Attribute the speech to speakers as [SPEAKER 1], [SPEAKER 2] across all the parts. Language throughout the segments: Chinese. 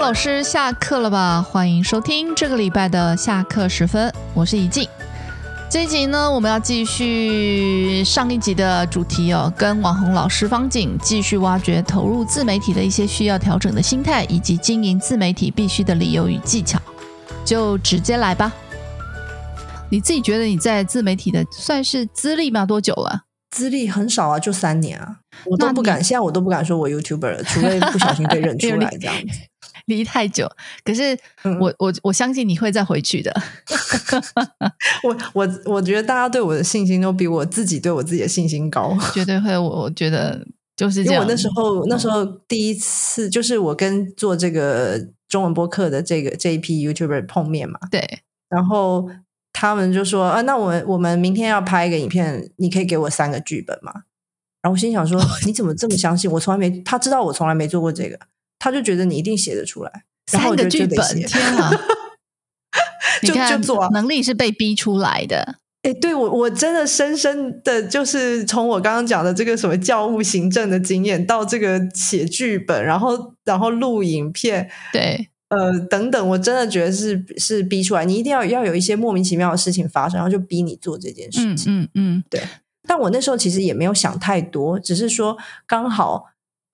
[SPEAKER 1] 老师下课了吧？欢迎收听这个礼拜的下课时分，我是怡静。这一集呢，我们要继续上一集的主题哦，跟网红老师方景继续挖掘投入自媒体的一些需要调整的心态，以及经营自媒体必须的理由与技巧。就直接来吧。你自己觉得你在自媒体的算是资历吗？多久了？
[SPEAKER 2] 资历很少啊，就三年啊，我
[SPEAKER 1] 那
[SPEAKER 2] 都
[SPEAKER 1] 你
[SPEAKER 2] 不敢，现在我都不敢说我 YouTuber 了，除非不小心被 认
[SPEAKER 1] 有
[SPEAKER 2] 出
[SPEAKER 1] 理
[SPEAKER 2] 来这样子。
[SPEAKER 1] 离太久，可是
[SPEAKER 2] 嗯
[SPEAKER 1] 我、我我相信你会再回去的。
[SPEAKER 2] 我我我觉得大家对我的信心都比我自己对我自己的信心高，
[SPEAKER 1] 绝对会，我我觉得就是
[SPEAKER 2] 因
[SPEAKER 1] 这
[SPEAKER 2] 为
[SPEAKER 1] 样。
[SPEAKER 2] 我那时候那时候第一次就是我跟做这个中文播客的这个这一批 YouTuber 碰面嘛，
[SPEAKER 1] 对，
[SPEAKER 2] 然后他们就说啊，那我们我们明天要拍一个影片，你可以给我三个剧本吗？然后我心想说，你怎么这么相信？我从来没，他知道我从来没做过这个，他就觉得你一定写得出来。然
[SPEAKER 1] 三
[SPEAKER 2] 后我就
[SPEAKER 1] 个剧本
[SPEAKER 2] 就得写，
[SPEAKER 1] 天 啊！你
[SPEAKER 2] 就
[SPEAKER 1] 看
[SPEAKER 2] 就做啊
[SPEAKER 1] 能力是被逼出来的，
[SPEAKER 2] 哎，对我我真的深深的就是从我刚刚讲的这个什么教务行政的经验，到这个写剧本，然后然后录影片，
[SPEAKER 1] 对
[SPEAKER 2] 呃等等，我真的觉得是是逼出来，你一定要要有一些莫名其妙的事情发生，然后就逼你做这件事
[SPEAKER 1] 嗯
[SPEAKER 2] 情。
[SPEAKER 1] 嗯嗯，
[SPEAKER 2] 但我那时候其实也没有想太多，只是说刚好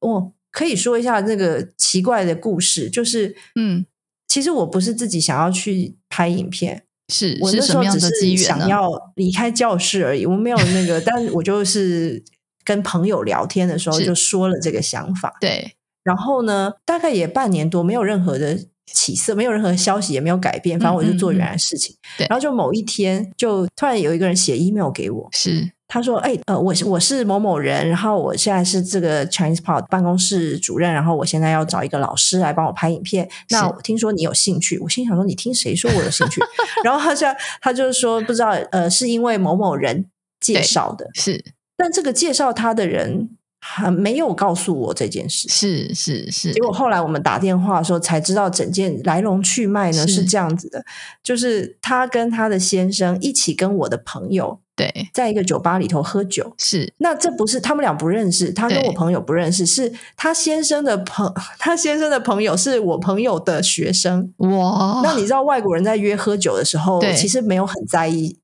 [SPEAKER 2] 我可以说一下那个奇怪的故事，就是
[SPEAKER 1] 嗯，
[SPEAKER 2] 其实我不是自己想要去拍影片，
[SPEAKER 1] 是
[SPEAKER 2] 我那
[SPEAKER 1] 是什
[SPEAKER 2] 时
[SPEAKER 1] 么
[SPEAKER 2] 候
[SPEAKER 1] 样
[SPEAKER 2] 只
[SPEAKER 1] 的机
[SPEAKER 2] 是
[SPEAKER 1] 缘
[SPEAKER 2] 想
[SPEAKER 1] 呢？
[SPEAKER 2] 要离开教室而已，我没有那 个，但我就是跟朋友聊天的时候
[SPEAKER 1] 是
[SPEAKER 2] 就说了这个想法，
[SPEAKER 1] 对，
[SPEAKER 2] 然后呢，大概也半年多没有任何的。起色没有任何消息，也没有改变，反正我就做原来的事情。
[SPEAKER 1] 嗯对
[SPEAKER 2] 然后就某一天，就突然有一个人写 email 给我，
[SPEAKER 1] 是
[SPEAKER 2] 他说：“哎、呃，我是我是某某人，然后我现在是这个 ChinesePod 办公室主任，然后我现在要找一个老师来帮我拍影片。那
[SPEAKER 1] 是
[SPEAKER 2] 我听说你有兴趣，我心想说你听谁说我有兴趣？ 然后他就他就是说不知道呃是因为某某人介
[SPEAKER 1] 对
[SPEAKER 2] 绍的，
[SPEAKER 1] 是
[SPEAKER 2] 但这个介绍他的人还没有告诉我这件事。
[SPEAKER 1] 是是是
[SPEAKER 2] 结，果后来我们打电话的时候才知道，整件来龙去脉呢
[SPEAKER 1] 是
[SPEAKER 2] 是这样子的，就是他跟他的先生一起跟我的朋友
[SPEAKER 1] 对
[SPEAKER 2] 在一个酒吧里头喝酒。”
[SPEAKER 1] 是
[SPEAKER 2] 那这不是他们俩不认识，他跟
[SPEAKER 1] 对
[SPEAKER 2] 我朋友不认识，是他先生的朋， 他先生的朋友是我朋友的学生。
[SPEAKER 1] 哇，
[SPEAKER 2] 那你知道外国人在约喝酒的时候
[SPEAKER 1] 哦对，
[SPEAKER 2] 其实没有很在意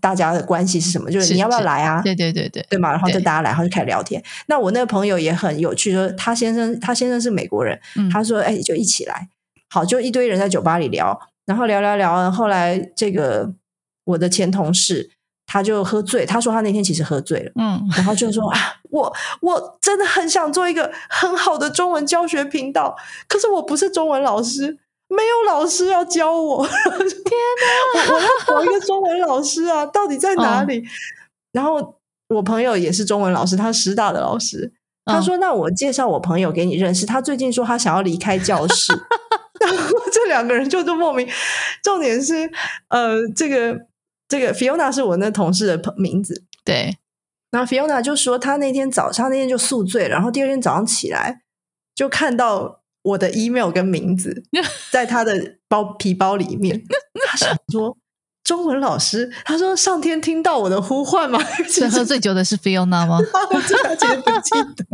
[SPEAKER 2] 大家的关系是什么，就是
[SPEAKER 1] 是
[SPEAKER 2] 你要不要来啊？
[SPEAKER 1] 对对对对
[SPEAKER 2] 对嘛，然后就
[SPEAKER 1] 对
[SPEAKER 2] 大家来，然后就开始聊天。那我那个朋友也很有趣，就是他先生，他先生是美国人，
[SPEAKER 1] 嗯
[SPEAKER 2] 他说：“哎、就一起来。”好，就一堆人在酒吧里聊，然后聊聊聊。后来这个我的前同事他就喝醉，他说他那天其实喝醉了，
[SPEAKER 1] 嗯
[SPEAKER 2] 然后就说啊，我我真的很想做一个很好的中文教学频道，可是我不是中文老师，没有老师要教我。天 哪！我我要找一个中文老师啊，到底在哪里？然后我朋友也是中文老师，他是师大的老师，他
[SPEAKER 1] 嗯
[SPEAKER 2] 说：“那我介绍我朋友给你认识，他最近说他想要离开教室。”然后这两个人就就莫名，重点是呃，这个这个 Fiona 是我那同事的朋名字，
[SPEAKER 1] 对
[SPEAKER 2] 然后 Fiona 就说，她那天早上那天就宿醉，然后第二天早上起来就看到我的 email 跟名字在她的包皮包里面。她想说，中文老师，她说上天听到我的呼唤吗？
[SPEAKER 1] 是喝醉酒的是 Fiona 吗？
[SPEAKER 2] 这他其实不记得。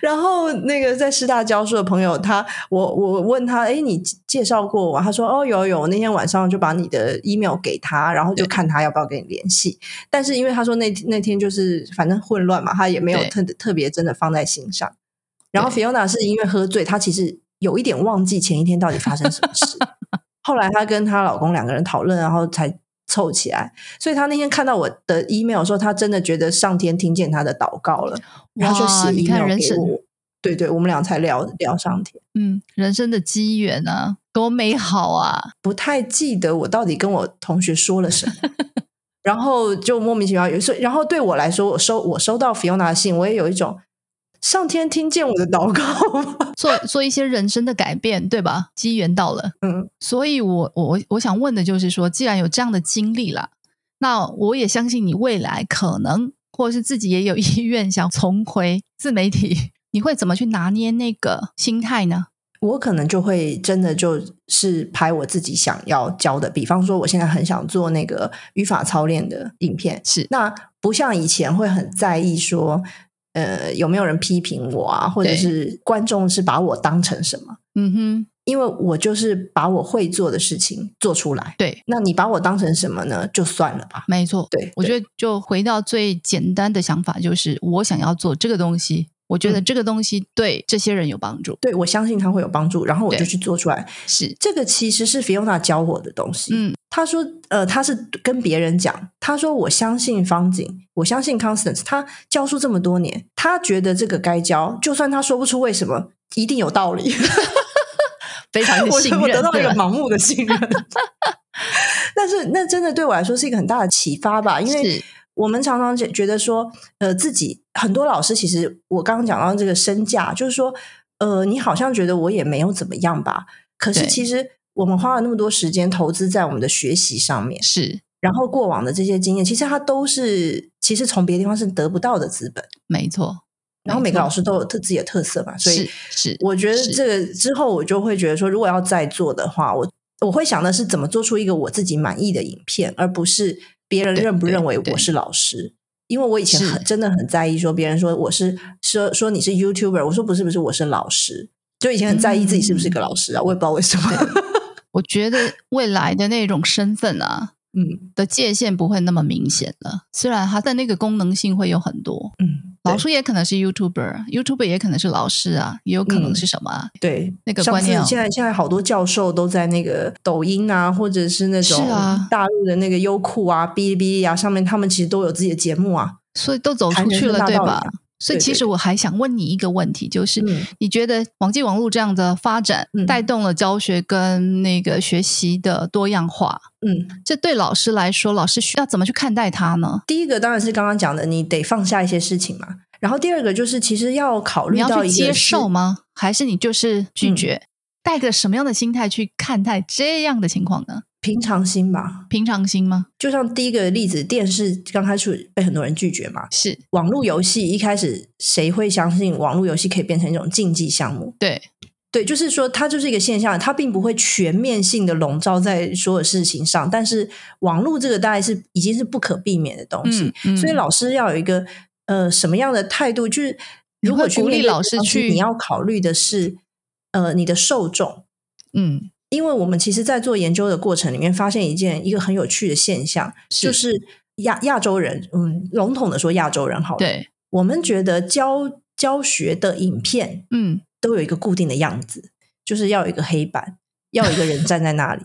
[SPEAKER 2] 然后那个在师大教书的朋友，他我我问他，哎，你介绍过我啊？他说，哦，有有，我那天晚上就把你的 email 给他，然后就
[SPEAKER 1] 对
[SPEAKER 2] 看他要不要跟你联系。但是因为他说那那天就是反正混乱嘛，他也没有
[SPEAKER 1] 对
[SPEAKER 2] 特特别真的放在心上。然后
[SPEAKER 1] 对
[SPEAKER 2] Fiona 是因为喝醉，她其实有一点忘记前一天到底发生什么事。后来她跟她老公两个人讨论，然后才凑起来。所以她那天看到我的 email 的时候，她真的觉得上天听见她的祷告了，然后就
[SPEAKER 1] 哇，
[SPEAKER 2] 写
[SPEAKER 1] 你看
[SPEAKER 2] email
[SPEAKER 1] 人
[SPEAKER 2] 给
[SPEAKER 1] 生
[SPEAKER 2] 我。对对，我们俩才聊聊上天。
[SPEAKER 1] 嗯，人生的机缘啊，多美好啊！
[SPEAKER 2] 不太记得我到底跟我同学说 了什么，然后就莫名其妙有时候，然后对我来说，我收我收到 Fiona 的信，我也有一种上天听见我的祷告 吗
[SPEAKER 1] 做做一些人生的改变，对吧？机缘到了，
[SPEAKER 2] 嗯，
[SPEAKER 1] 所以我我我想问的就是说，既然有这样的经历啦，那我也相信你未来可能或者是自己也有意愿想重回自媒体，你会怎么去拿捏那个心态呢？
[SPEAKER 2] 我可能就会真的就是拍我自己想要教的，比方说我现在很想做那个语法操练的影片，
[SPEAKER 1] 是
[SPEAKER 2] 那不像以前会很在意说，呃，有没有人批评我啊，或者
[SPEAKER 1] 对
[SPEAKER 2] 是观众是把我当成什么。
[SPEAKER 1] 嗯哼，
[SPEAKER 2] 因为我就是把我会做的事情做出来。
[SPEAKER 1] 对，
[SPEAKER 2] 那你把我当成什么呢？就算了吧。
[SPEAKER 1] 没错。
[SPEAKER 2] 对，
[SPEAKER 1] 我
[SPEAKER 2] 得
[SPEAKER 1] 觉得就回到最简单的想法，就是我想要做这个东西，我觉得这个东西对这些人有帮助。
[SPEAKER 2] 对我相信他会有帮助，然后我就
[SPEAKER 1] 对
[SPEAKER 2] 去做出来。
[SPEAKER 1] 是，
[SPEAKER 2] 这个其实是 Fiona 教我的东西。
[SPEAKER 1] 嗯，
[SPEAKER 2] 他说，呃，他是跟别人讲，他说我相信方景，我相信 Constance，他教书这么多年，他觉得这个该教，就算他说不出为什么，一定有道 理。
[SPEAKER 1] 非常的
[SPEAKER 2] 我
[SPEAKER 1] 信任，
[SPEAKER 2] 我得到一
[SPEAKER 1] 对
[SPEAKER 2] 个
[SPEAKER 1] 吧
[SPEAKER 2] 盲目的信任。 但是 那真的对我来说是一个很大的启发吧，因为
[SPEAKER 1] 是
[SPEAKER 2] 我们常常觉觉得说，呃，自己很多老师其实我刚刚讲到这个身价，就是说，呃，你好像觉得我也没有怎么样吧，可是
[SPEAKER 1] 对
[SPEAKER 2] 其实我们花了那么多时间投资在我们的学习上面，
[SPEAKER 1] 是
[SPEAKER 2] 然后过往的这些经验，其实它都是其实从别的地方是得不到的资本。
[SPEAKER 1] 没错。
[SPEAKER 2] 然后每个老
[SPEAKER 1] 师
[SPEAKER 2] 师都有特自己的特色嘛，所以
[SPEAKER 1] 是是，
[SPEAKER 2] 我觉得
[SPEAKER 1] 是
[SPEAKER 2] 这个之后，我就会觉得说，如果要再做的话，我我会想的是怎么做出一个我自己满意的影片，而不是别人
[SPEAKER 1] 对
[SPEAKER 2] 认不
[SPEAKER 1] 对
[SPEAKER 2] 认为
[SPEAKER 1] 对
[SPEAKER 2] 我是老师。因为我以前
[SPEAKER 1] 是
[SPEAKER 2] 很真的很在意，说别人说我是说说你是 YouTuber，我说不是不是，我是老师。就以前很在意自己是不是个老师啊，我也不知道为什么。
[SPEAKER 1] 我觉得未来的那种身份啊
[SPEAKER 2] 嗯
[SPEAKER 1] 的界限不会那么明显了，虽然它的那个功能性会有很多，
[SPEAKER 2] 嗯，
[SPEAKER 1] 老
[SPEAKER 2] 对
[SPEAKER 1] 师也可能是 YouTuber，YouTuber 也可能是老师啊，也有可能
[SPEAKER 2] 嗯
[SPEAKER 1] 是什么、啊
[SPEAKER 2] 对
[SPEAKER 1] 那个
[SPEAKER 2] 上
[SPEAKER 1] 观
[SPEAKER 2] 次
[SPEAKER 1] 念哦
[SPEAKER 2] 现在现在好多教授都在那个抖音啊，或者是那种
[SPEAKER 1] 是啊
[SPEAKER 2] 大陆的那个优酷啊、哔哩哔哩啊上面，他们其实都有自己的节目啊。
[SPEAKER 1] 所以都走
[SPEAKER 2] 谈
[SPEAKER 1] 出
[SPEAKER 2] 人
[SPEAKER 1] 去
[SPEAKER 2] 生
[SPEAKER 1] 了，
[SPEAKER 2] 大
[SPEAKER 1] 对
[SPEAKER 2] 道理
[SPEAKER 1] 吧
[SPEAKER 2] 啊？
[SPEAKER 1] 所以
[SPEAKER 2] 对
[SPEAKER 1] 其
[SPEAKER 2] 对
[SPEAKER 1] 实我还想问你一个问题，就是
[SPEAKER 2] 嗯
[SPEAKER 1] 你觉得网际网络这样的发展
[SPEAKER 2] 嗯
[SPEAKER 1] 带动了教学跟那个学习的多样化，
[SPEAKER 2] 嗯，
[SPEAKER 1] 这对老师来说，老师需要怎么去看待它呢？
[SPEAKER 2] 第一个当然是刚刚讲的，你得放下一些事情嘛。然后第二个就是，其实要考虑
[SPEAKER 1] 你要
[SPEAKER 2] 到
[SPEAKER 1] 去
[SPEAKER 2] 一个
[SPEAKER 1] 接
[SPEAKER 2] 是嗯
[SPEAKER 1] 受吗？还是你就是拒绝？带个什么样的心态去看待这样的情况呢？
[SPEAKER 2] 平常心吧。
[SPEAKER 1] 平常心吗？
[SPEAKER 2] 就像第一个例子，电视刚开始被很多人拒绝嘛。
[SPEAKER 1] 是
[SPEAKER 2] 网络游戏一开始谁会相信网络游戏可以变成一种竞技项目？
[SPEAKER 1] 对，
[SPEAKER 2] 对，就是说它就是一个现象，它并不会全面性的笼罩在所有事情上。但是网络这个大概是已经是不可避免的东西，
[SPEAKER 1] 嗯
[SPEAKER 2] 所以老师要有一个呃什么样的态度？就是
[SPEAKER 1] 你
[SPEAKER 2] 如
[SPEAKER 1] 会
[SPEAKER 2] 果去
[SPEAKER 1] 鼓励
[SPEAKER 2] 面对
[SPEAKER 1] 老
[SPEAKER 2] 这
[SPEAKER 1] 师
[SPEAKER 2] 东西
[SPEAKER 1] 去
[SPEAKER 2] 你要考虑的是呃你的受众，
[SPEAKER 1] 嗯，
[SPEAKER 2] 因为我们其实，在做研究的过程里面，发现一件一个很有趣的现象，
[SPEAKER 1] 是
[SPEAKER 2] 就是亚亚洲人，嗯，笼统的说亚洲人好了，
[SPEAKER 1] 嗯对，
[SPEAKER 2] 我们觉得教教学的影片
[SPEAKER 1] 嗯，
[SPEAKER 2] 都有一个固定的样子，就是要有一个黑板，要有一个人站在 那里，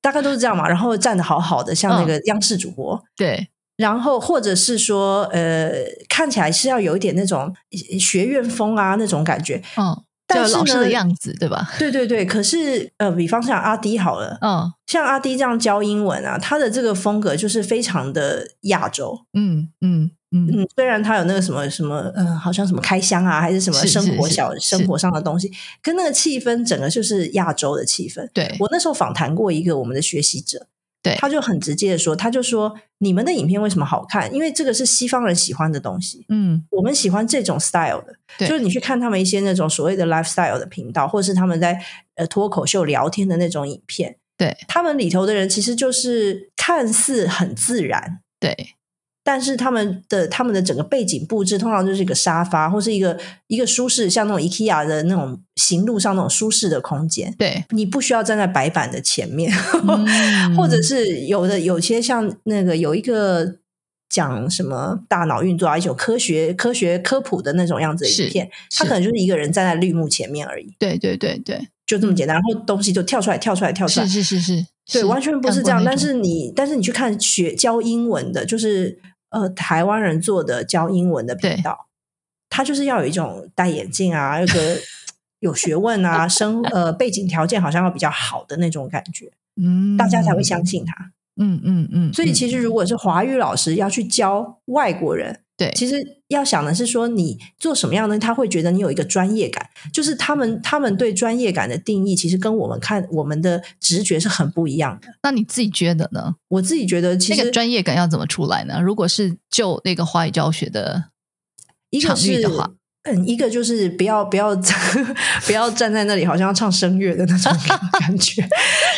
[SPEAKER 2] 大概都是这样嘛。然后站的好好的，像
[SPEAKER 1] 嗯
[SPEAKER 2] 那个央视主播。
[SPEAKER 1] 对，
[SPEAKER 2] 然后，或者是说，呃，看起来是要有一点那种学院风啊，那种感觉。
[SPEAKER 1] 嗯，
[SPEAKER 2] 但
[SPEAKER 1] 就是老师
[SPEAKER 2] 呢
[SPEAKER 1] 的样子，对吧？
[SPEAKER 2] 对对对，可是呃，比方像阿迪好了，
[SPEAKER 1] 嗯
[SPEAKER 2] 像阿迪这样教英文啊，他的这个风格就是非常的亚洲。
[SPEAKER 1] 嗯嗯嗯，
[SPEAKER 2] 嗯，虽然他有那个什么什么，呃，好像什么开箱啊，还是什么
[SPEAKER 1] 是
[SPEAKER 2] 生活
[SPEAKER 1] 是是
[SPEAKER 2] 小生
[SPEAKER 1] 是
[SPEAKER 2] 活上的东西，跟那个气氛整个就是亚洲的气氛。
[SPEAKER 1] 对，
[SPEAKER 2] 我那时候访谈过一个我们的学习者，
[SPEAKER 1] 对
[SPEAKER 2] 他就很直接的说，他就说你们的影片为什么好看？因为这个是西方人喜欢的东西，
[SPEAKER 1] 嗯
[SPEAKER 2] 我们喜欢这种 style 的。
[SPEAKER 1] 对
[SPEAKER 2] 就是你去看他们一些那种所谓的 lifestyle 的频道，或者是他们在呃脱口秀聊天的那种影片，
[SPEAKER 1] 对
[SPEAKER 2] 他们里头的人其实就是看似很自然。
[SPEAKER 1] 对，
[SPEAKER 2] 但是他们的他们的整个背景布置通常就是一个沙发或是一个一个舒适，像那种 IKEA 的那种行路上那种舒适的空间，
[SPEAKER 1] 对，
[SPEAKER 2] 你不需要站在白板的前面，
[SPEAKER 1] 嗯
[SPEAKER 2] 或者是有的有些像那个有一个讲什么大脑运作啊，一种科学科学科普的那种样子的
[SPEAKER 1] 是
[SPEAKER 2] 影片，他
[SPEAKER 1] 是
[SPEAKER 2] 可能就是一个人站在绿幕前面而已，
[SPEAKER 1] 嗯对对对对，
[SPEAKER 2] 就这么简单，然后东西就跳出来跳出来跳出来
[SPEAKER 1] 是，是是是，
[SPEAKER 2] 对，
[SPEAKER 1] 是
[SPEAKER 2] 完全不
[SPEAKER 1] 看过
[SPEAKER 2] 是这样。
[SPEAKER 1] 那
[SPEAKER 2] 但
[SPEAKER 1] 种
[SPEAKER 2] 是你，但是你去看学教英文的，就是呃台湾人做的教英文的
[SPEAKER 1] 对
[SPEAKER 2] 频道，他就是要有一种戴眼镜啊，有个有学问啊，生呃背景条件好像要比较好的那种感觉，
[SPEAKER 1] 嗯，
[SPEAKER 2] 大家才会相信他。
[SPEAKER 1] 嗯嗯嗯，
[SPEAKER 2] 所以
[SPEAKER 1] 嗯
[SPEAKER 2] 其实如果是华语老师要去教外国人，
[SPEAKER 1] 对
[SPEAKER 2] 其实要想的是说你做什么样的，他会觉得你有一个专业感，就是他们他们对专业感的定义，其实跟我们看我们的直觉是很不一样的。
[SPEAKER 1] 那你自己觉得呢？
[SPEAKER 2] 我自己觉得，其
[SPEAKER 1] 那
[SPEAKER 2] 实
[SPEAKER 1] 个专业感要怎么出来呢？如果是就那个华语教学的
[SPEAKER 2] 一个
[SPEAKER 1] 场域
[SPEAKER 2] 是
[SPEAKER 1] 的话
[SPEAKER 2] 嗯，一个就是不要不要 不要站在那里，好像要唱声乐的那种 感觉，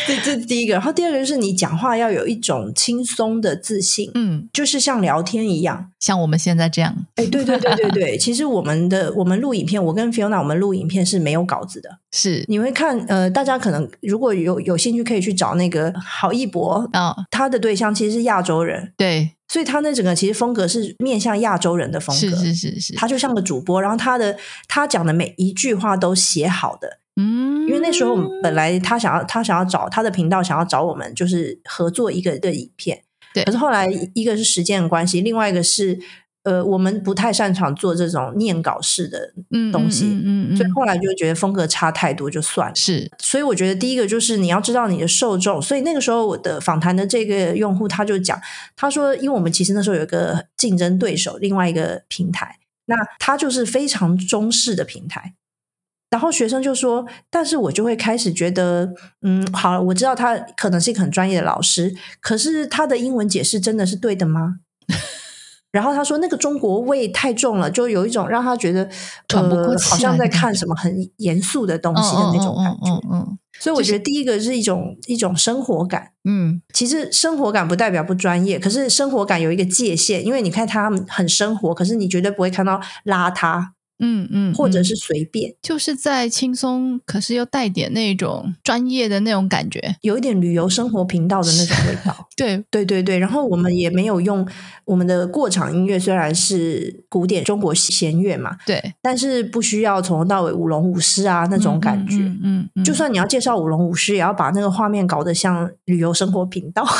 [SPEAKER 2] 这这是第一个。然后第二个就是你讲话要有一种轻松的自信，
[SPEAKER 1] 嗯，
[SPEAKER 2] 就是像聊天一样。
[SPEAKER 1] 像我们现在这样，
[SPEAKER 2] 哎，对对对对对，其实我们的我们录影片，我跟 Fiona 我们录影片是没有稿子的。
[SPEAKER 1] 是
[SPEAKER 2] 你会看呃，大家可能如果有有兴趣，可以去找那个郝一博，
[SPEAKER 1] 哦，
[SPEAKER 2] 他的对象其实是亚洲人，
[SPEAKER 1] 对，
[SPEAKER 2] 所以他那整个其实风格是面向亚洲人的风格。
[SPEAKER 1] 是是是是，
[SPEAKER 2] 他就像个主播，然后他的他讲的每一句话都写好的，
[SPEAKER 1] 嗯，
[SPEAKER 2] 因为那时候我们本来他想要他想要找他的频道想要找我们就是合作一个的影片，
[SPEAKER 1] 对
[SPEAKER 2] 可是后来一个是时间的关系，另外一个是呃我们不太擅长做这种念稿式的，
[SPEAKER 1] 嗯
[SPEAKER 2] 东西
[SPEAKER 1] 嗯嗯嗯
[SPEAKER 2] 所以
[SPEAKER 1] 嗯
[SPEAKER 2] 后来就觉得风格差太多就算了。
[SPEAKER 1] 是
[SPEAKER 2] 所以我觉得第一个就是你要知道你的受众，所以那个时候我的访谈的这个用户他就讲，他说，因为我们其实那时候有一个竞争对手，另外一个平台，那他就是非常中式的平台。然后学生就说，但是我就会开始觉得，嗯，好了，我知道他可能是一个很专业的老师，可是他的英文解释真的是对的吗？ 然后他说，那个中国味太重了，就有一种让他觉得
[SPEAKER 1] 喘不过
[SPEAKER 2] 呃
[SPEAKER 1] 气
[SPEAKER 2] 好像
[SPEAKER 1] 来的
[SPEAKER 2] 在
[SPEAKER 1] 感
[SPEAKER 2] 看
[SPEAKER 1] 觉
[SPEAKER 2] 什么很严肃的东
[SPEAKER 1] 嗯
[SPEAKER 2] 西的那种感觉。
[SPEAKER 1] 嗯嗯嗯
[SPEAKER 2] 所以我觉得第一个是一种一种生活感。
[SPEAKER 1] 嗯
[SPEAKER 2] 其实生活感不代表不专业，可是生活感有一个界限，因为你看他们很生活，可是你绝对不会看到邋遢
[SPEAKER 1] 嗯嗯，
[SPEAKER 2] 或者
[SPEAKER 1] 嗯
[SPEAKER 2] 是随便，
[SPEAKER 1] 就是在轻松，可是又带点那种专业的那种感觉，
[SPEAKER 2] 有一点旅游生活频道的那种味 道。
[SPEAKER 1] 对，
[SPEAKER 2] 对对对，然后我们也没有用我们的过场音乐，虽然是古典中国弦乐嘛，
[SPEAKER 1] 对，
[SPEAKER 2] 但是不需要从头到尾舞龙舞狮啊
[SPEAKER 1] 那
[SPEAKER 2] 那种感觉。
[SPEAKER 1] 嗯嗯嗯，
[SPEAKER 2] 就算你要介绍舞龙舞狮，也要把那个画面搞得像旅游生活频道。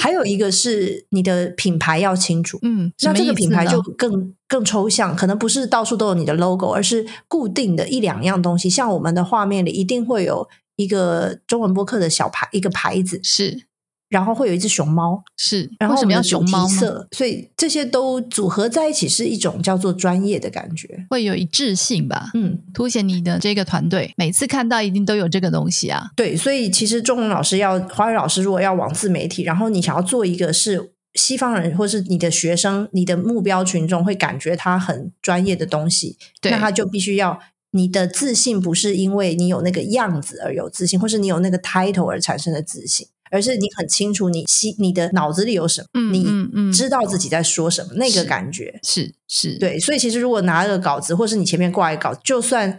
[SPEAKER 2] 还有一个是你的品牌要清楚，
[SPEAKER 1] 嗯，
[SPEAKER 2] 那这个品牌就
[SPEAKER 1] 什么意思呢
[SPEAKER 2] 更更抽象，可能不是到处都有你的 logo，而是固定的一两样东西。像我们的画面里一定会有一个中文播客的小牌，一个牌子，
[SPEAKER 1] 是
[SPEAKER 2] 然后会有一只熊猫，
[SPEAKER 1] 是，
[SPEAKER 2] 然后
[SPEAKER 1] 为什么
[SPEAKER 2] 我们
[SPEAKER 1] 要
[SPEAKER 2] 的主
[SPEAKER 1] 熊
[SPEAKER 2] 题
[SPEAKER 1] 猫呢？
[SPEAKER 2] 色，所以这些都组合在一起是一种叫做专业的感觉。
[SPEAKER 1] 会有一致性吧，
[SPEAKER 2] 嗯，
[SPEAKER 1] 凸显你的这个团队，每次看到一定都有这个东西啊，
[SPEAKER 2] 对，所以其实中文老师要华语老师，如果要往自媒体，然后你想要做一个是西方人或是你的学生，你的目标群众会感觉他很专业的东西，
[SPEAKER 1] 对
[SPEAKER 2] 那他就必须要你的自信不是因为你有那个样子而有自信，或是你有那个 title 而产生的自信，而是你很清楚你心你的脑子里有什么，
[SPEAKER 1] 嗯
[SPEAKER 2] 你
[SPEAKER 1] 嗯嗯，
[SPEAKER 2] 知道自己在说什么，那
[SPEAKER 1] 是
[SPEAKER 2] 个感觉。
[SPEAKER 1] 是是，，
[SPEAKER 2] 对，所以其实如果拿了稿子，或是你前面挂一个稿子，就算。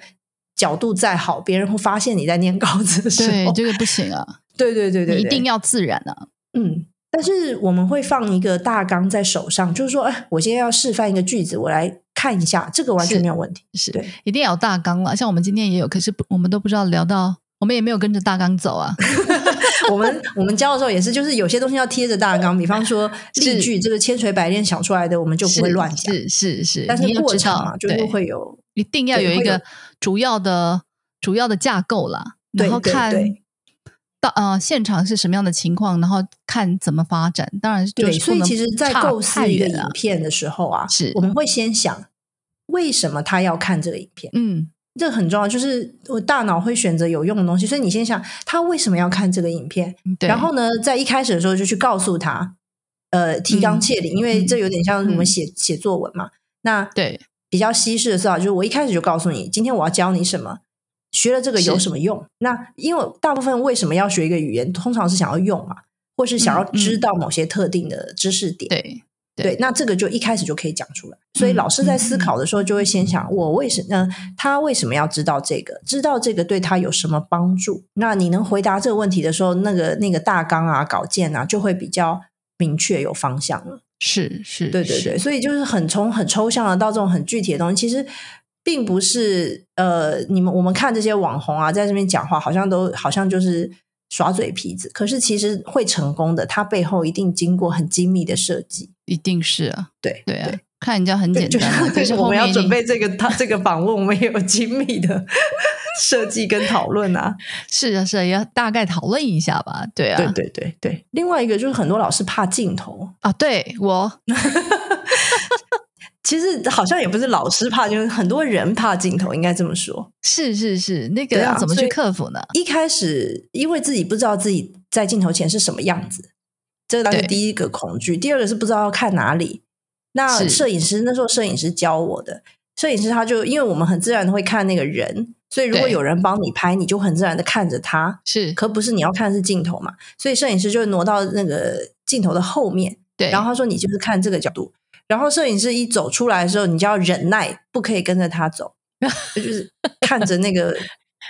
[SPEAKER 2] 角度再好，别人会发现你在念稿子的时候，
[SPEAKER 1] 对这个不行啊，
[SPEAKER 2] 对对哦 对对，
[SPEAKER 1] 你一
[SPEAKER 2] 对
[SPEAKER 1] 定要自然啊，
[SPEAKER 2] 嗯。但是我们会放一个大纲在手上，就是说，哎，我今天要示范一个句子，我来看一下，这个完全
[SPEAKER 1] 是
[SPEAKER 2] 没有问题。
[SPEAKER 1] 是
[SPEAKER 2] 对
[SPEAKER 1] 一定要有大纲了，像我们今天也有，可是不我们都不知道聊到，我们也没有跟着大纲走啊，
[SPEAKER 2] 我们我们教的时候也是，就是有些东西要贴着大纲，比方说
[SPEAKER 1] 是
[SPEAKER 2] 例句，这个千锤百炼想出来的，我们 就是不会乱讲。
[SPEAKER 1] 是是是，
[SPEAKER 2] 但是
[SPEAKER 1] 你要
[SPEAKER 2] 过
[SPEAKER 1] 知
[SPEAKER 2] 程
[SPEAKER 1] 道
[SPEAKER 2] 嘛，就
[SPEAKER 1] 对
[SPEAKER 2] 是会有
[SPEAKER 1] 一定要
[SPEAKER 2] 对
[SPEAKER 1] 有一
[SPEAKER 2] 会有
[SPEAKER 1] 个主要的主要的架构啦，然
[SPEAKER 2] 对
[SPEAKER 1] 后
[SPEAKER 2] 对
[SPEAKER 1] 看
[SPEAKER 2] 对
[SPEAKER 1] 到呃现场是什么样的情况，然后看怎么发展。当然就
[SPEAKER 2] 对，
[SPEAKER 1] 是
[SPEAKER 2] 所以其实，在构思一个影
[SPEAKER 1] 啊，
[SPEAKER 2] 片的时候啊，
[SPEAKER 1] 是
[SPEAKER 2] 我们会先想为什么他要看这个影片，
[SPEAKER 1] 嗯，
[SPEAKER 2] 这很重要。就是我大脑会选择有用的东西，所以你先想他为什么要看这个影片，
[SPEAKER 1] 对。
[SPEAKER 2] 然后呢，在一开始的时候就去告诉他，呃，提
[SPEAKER 1] 嗯
[SPEAKER 2] 纲挈领，因为这有点像我们写、写作文嘛。那
[SPEAKER 1] 对
[SPEAKER 2] 比较西式的做法就是，我一开始就告诉你，今天我要教你什么，学了这个有
[SPEAKER 1] 是
[SPEAKER 2] 什么用？那因为大部分为什么要学一个语言，通常是想要用嘛，或是想要
[SPEAKER 1] 嗯嗯
[SPEAKER 2] 知道某些特定的知识点。
[SPEAKER 1] 对
[SPEAKER 2] 对，那这个就一开始就可以讲出来。所以老师在思考的时候，就会先想我为什么、呃他为什么要知道这个？知道这个对他有什么帮助？那你能回答这个问题的时候，那个那个大纲啊、稿件啊，就会比较明确有方向了。
[SPEAKER 1] 是是，
[SPEAKER 2] 对对
[SPEAKER 1] 是
[SPEAKER 2] 对，，所以就是很从很抽象的到这种很具体的东西，其实并不是呃，你们我们看这些网红啊，在这边讲话，好像都好像就是耍嘴皮子，可是其实会成功的，它背后一定经过很精密的设计。
[SPEAKER 1] 一定是啊，
[SPEAKER 2] 对
[SPEAKER 1] 对啊，看人家很
[SPEAKER 2] 对
[SPEAKER 1] 简单 啊，可
[SPEAKER 2] 就是是
[SPEAKER 1] 后
[SPEAKER 2] 我们
[SPEAKER 1] 面
[SPEAKER 2] 要
[SPEAKER 1] 一
[SPEAKER 2] 准
[SPEAKER 1] 定
[SPEAKER 2] 备这个他这个访问，我们也有精密的 设计跟讨论啊。
[SPEAKER 1] 是啊是啊，也要大概讨论一下吧， 对啊
[SPEAKER 2] 对对对，另外一个就是很多老师怕镜头，
[SPEAKER 1] 啊，对我
[SPEAKER 2] 其实好像也不是老师怕，就是很多人怕镜头，应该这么说。
[SPEAKER 1] 是是是，那个
[SPEAKER 2] 对啊
[SPEAKER 1] 要怎么
[SPEAKER 2] 所
[SPEAKER 1] 去
[SPEAKER 2] 以
[SPEAKER 1] 克服呢？
[SPEAKER 2] 一开始因为自己不知道自己在镜头前是什么样子，这个当然
[SPEAKER 1] 对
[SPEAKER 2] 是第一个恐惧。第二个是不知道要看哪里。那
[SPEAKER 1] 是
[SPEAKER 2] 摄影师那时候摄影师教我的，摄影师他就因为我们很自然的会看那个人，所以如果
[SPEAKER 1] 对
[SPEAKER 2] 有人帮你拍，你就很自然的看着他，
[SPEAKER 1] 是
[SPEAKER 2] 可不是你要看的是镜头嘛，所以摄影师就会挪到那个镜头的后面，
[SPEAKER 1] 对，
[SPEAKER 2] 然后他说你就是看这个角度，然后摄影师一走出来的时候，你就要忍耐，不可以跟着 他走，就是看着那个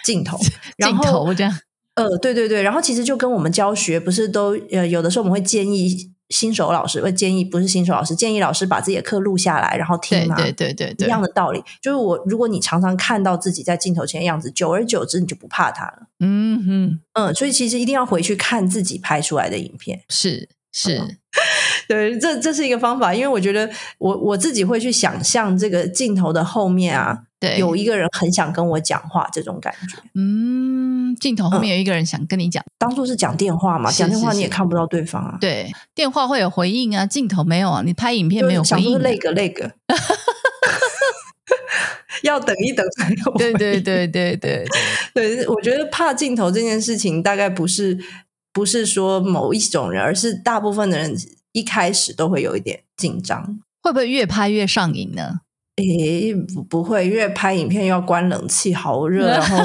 [SPEAKER 2] 镜头，然
[SPEAKER 1] 镜
[SPEAKER 2] 后
[SPEAKER 1] 头这样，
[SPEAKER 2] 呃，对对对，然后其实就跟我们教学不是都呃，有的时候我们会建议新手老师，会建议不是新手老师，建议老师把自己的课录下来，然后
[SPEAKER 1] 对
[SPEAKER 2] 听嘛，
[SPEAKER 1] 对对对
[SPEAKER 2] 一样
[SPEAKER 1] 对，
[SPEAKER 2] 的道理。就是我，如果你常常看到自己在镜头前的样子，久而久之你就不怕它了。
[SPEAKER 1] 嗯哼，
[SPEAKER 2] 嗯，所以其实一定要回去看自己拍出来的影片。
[SPEAKER 1] 是
[SPEAKER 2] 嗯
[SPEAKER 1] 是，
[SPEAKER 2] 对，这这是一个方法，因为我觉得我我自己会去想象这个镜头的后面啊，
[SPEAKER 1] 对，
[SPEAKER 2] 有一个人很想跟我讲话，这种感觉。
[SPEAKER 1] 嗯，镜头后面有一个人想跟你讲，
[SPEAKER 2] 当做是讲电话嘛，
[SPEAKER 1] 是
[SPEAKER 2] 讲电话
[SPEAKER 1] 是
[SPEAKER 2] 你也
[SPEAKER 1] 是
[SPEAKER 2] 看不到对方啊。
[SPEAKER 1] 对，电话会有回应啊，镜头没有啊，你拍影片
[SPEAKER 2] 就
[SPEAKER 1] 没有
[SPEAKER 2] 想
[SPEAKER 1] 回应
[SPEAKER 2] 说
[SPEAKER 1] 啊，
[SPEAKER 2] 累个累个， 要等一等才有
[SPEAKER 1] 对
[SPEAKER 2] 回应。
[SPEAKER 1] 对对对对对，
[SPEAKER 2] 对，我觉得怕镜头这件事情，大概不是不是说某一种人，而是大部分的人一开始都会有一点紧张。
[SPEAKER 1] 会不会越拍越上瘾呢？
[SPEAKER 2] 诶，不不会，因为拍影片又要关冷气，好热，然 后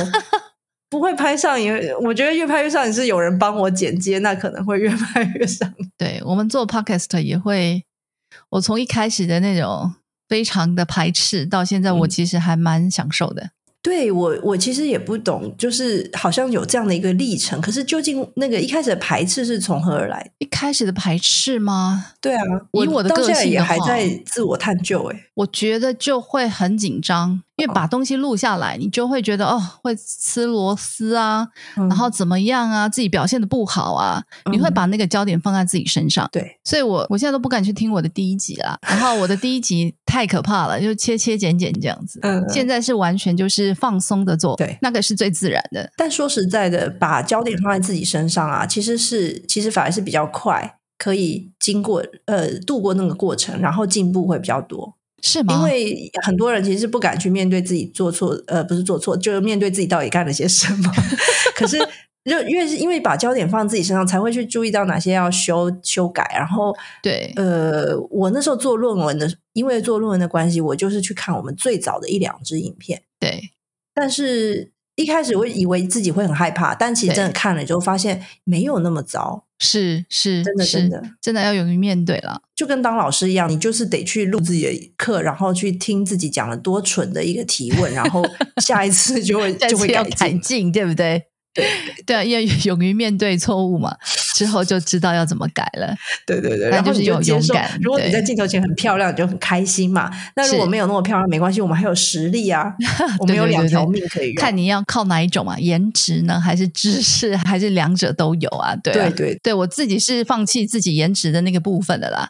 [SPEAKER 2] 不会拍上瘾。我觉得越拍越上瘾是有人帮我剪接，那可能会越拍越上瘾。
[SPEAKER 1] 对我们做 podcast 也会，我从一开始的那种非常的排斥，到现在我
[SPEAKER 2] 嗯
[SPEAKER 1] 其实还蛮享受的。
[SPEAKER 2] 对我，我其实也不懂，就是好像有这样的一个历程，可是究竟那个一开始的排斥是从何而来的
[SPEAKER 1] 一开始的排斥吗？
[SPEAKER 2] 对啊，我
[SPEAKER 1] 以我的
[SPEAKER 2] 到
[SPEAKER 1] 个
[SPEAKER 2] 现在
[SPEAKER 1] 性
[SPEAKER 2] 也
[SPEAKER 1] 的
[SPEAKER 2] 还
[SPEAKER 1] 话
[SPEAKER 2] 在自我探究、欸，
[SPEAKER 1] 我觉得就会很紧张，因
[SPEAKER 2] 嗯
[SPEAKER 1] 为把东西录下来，你就会觉得哦，会吃螺丝啊，
[SPEAKER 2] 嗯
[SPEAKER 1] 然后怎么样啊，自己表现的不好啊，你会
[SPEAKER 2] 嗯
[SPEAKER 1] 把那个焦点放在自己身上。
[SPEAKER 2] 对，
[SPEAKER 1] 所以我我现在都不敢去听我的第一集啦。然后我的第一集太可怕了，就切切剪剪这样子。
[SPEAKER 2] 嗯，
[SPEAKER 1] 现在是完全就是放松的做，
[SPEAKER 2] 对
[SPEAKER 1] 那个是最自然的。
[SPEAKER 2] 但说实在的，把焦点放在自己身上啊，其实是其实反而是比较快，可以经过呃度过那个过程，然后进步会比较多。
[SPEAKER 1] 是吗？
[SPEAKER 2] 因为很多人其实是不敢去面对自己做错，呃，不是做错，就是面对自己到底干了些什么。 可是就越是因为把焦点放自己身上，才会去注意到哪些要修修改，然后
[SPEAKER 1] 对，
[SPEAKER 2] 呃，我那时候做论文的，因为做论文的关系，我就是去看我们最早的一两支影片。
[SPEAKER 1] 对，
[SPEAKER 2] 但是一开始我以为自己会很害怕，但其实
[SPEAKER 1] 对
[SPEAKER 2] 真的看了之后发现没有那么糟，
[SPEAKER 1] 是是，
[SPEAKER 2] 真的
[SPEAKER 1] 是
[SPEAKER 2] 真的
[SPEAKER 1] 真的要勇于面对了。
[SPEAKER 2] 就跟当老师一样，你就是得去录自己的课，然后去听自己讲了多蠢的一个提 问，然后下一次就会
[SPEAKER 1] 下
[SPEAKER 2] 就会
[SPEAKER 1] 次要
[SPEAKER 2] 改
[SPEAKER 1] 改
[SPEAKER 2] 进。
[SPEAKER 1] 进，对不对？
[SPEAKER 2] 对
[SPEAKER 1] 对啊，要勇于面对错误嘛，之后就知道要怎么改了。
[SPEAKER 2] 对对对，
[SPEAKER 1] 那
[SPEAKER 2] 然后
[SPEAKER 1] 就是
[SPEAKER 2] 你就
[SPEAKER 1] 有
[SPEAKER 2] 接
[SPEAKER 1] 勇
[SPEAKER 2] 受
[SPEAKER 1] 敢。
[SPEAKER 2] 如果你
[SPEAKER 1] 对
[SPEAKER 2] 在镜头前很漂亮，你就很开心嘛。那如果
[SPEAKER 1] 是
[SPEAKER 2] 没有那么漂亮，没关系，我们还有实 力啊，我们
[SPEAKER 1] 对
[SPEAKER 2] 有
[SPEAKER 1] 对
[SPEAKER 2] 两
[SPEAKER 1] 对
[SPEAKER 2] 条
[SPEAKER 1] 对
[SPEAKER 2] 命可以用。
[SPEAKER 1] 看你要靠哪一种啊，颜值呢，还是知识，还是两者都有啊？对啊
[SPEAKER 2] 对对
[SPEAKER 1] 对我自己是放弃自己颜值的那个部分的 啦，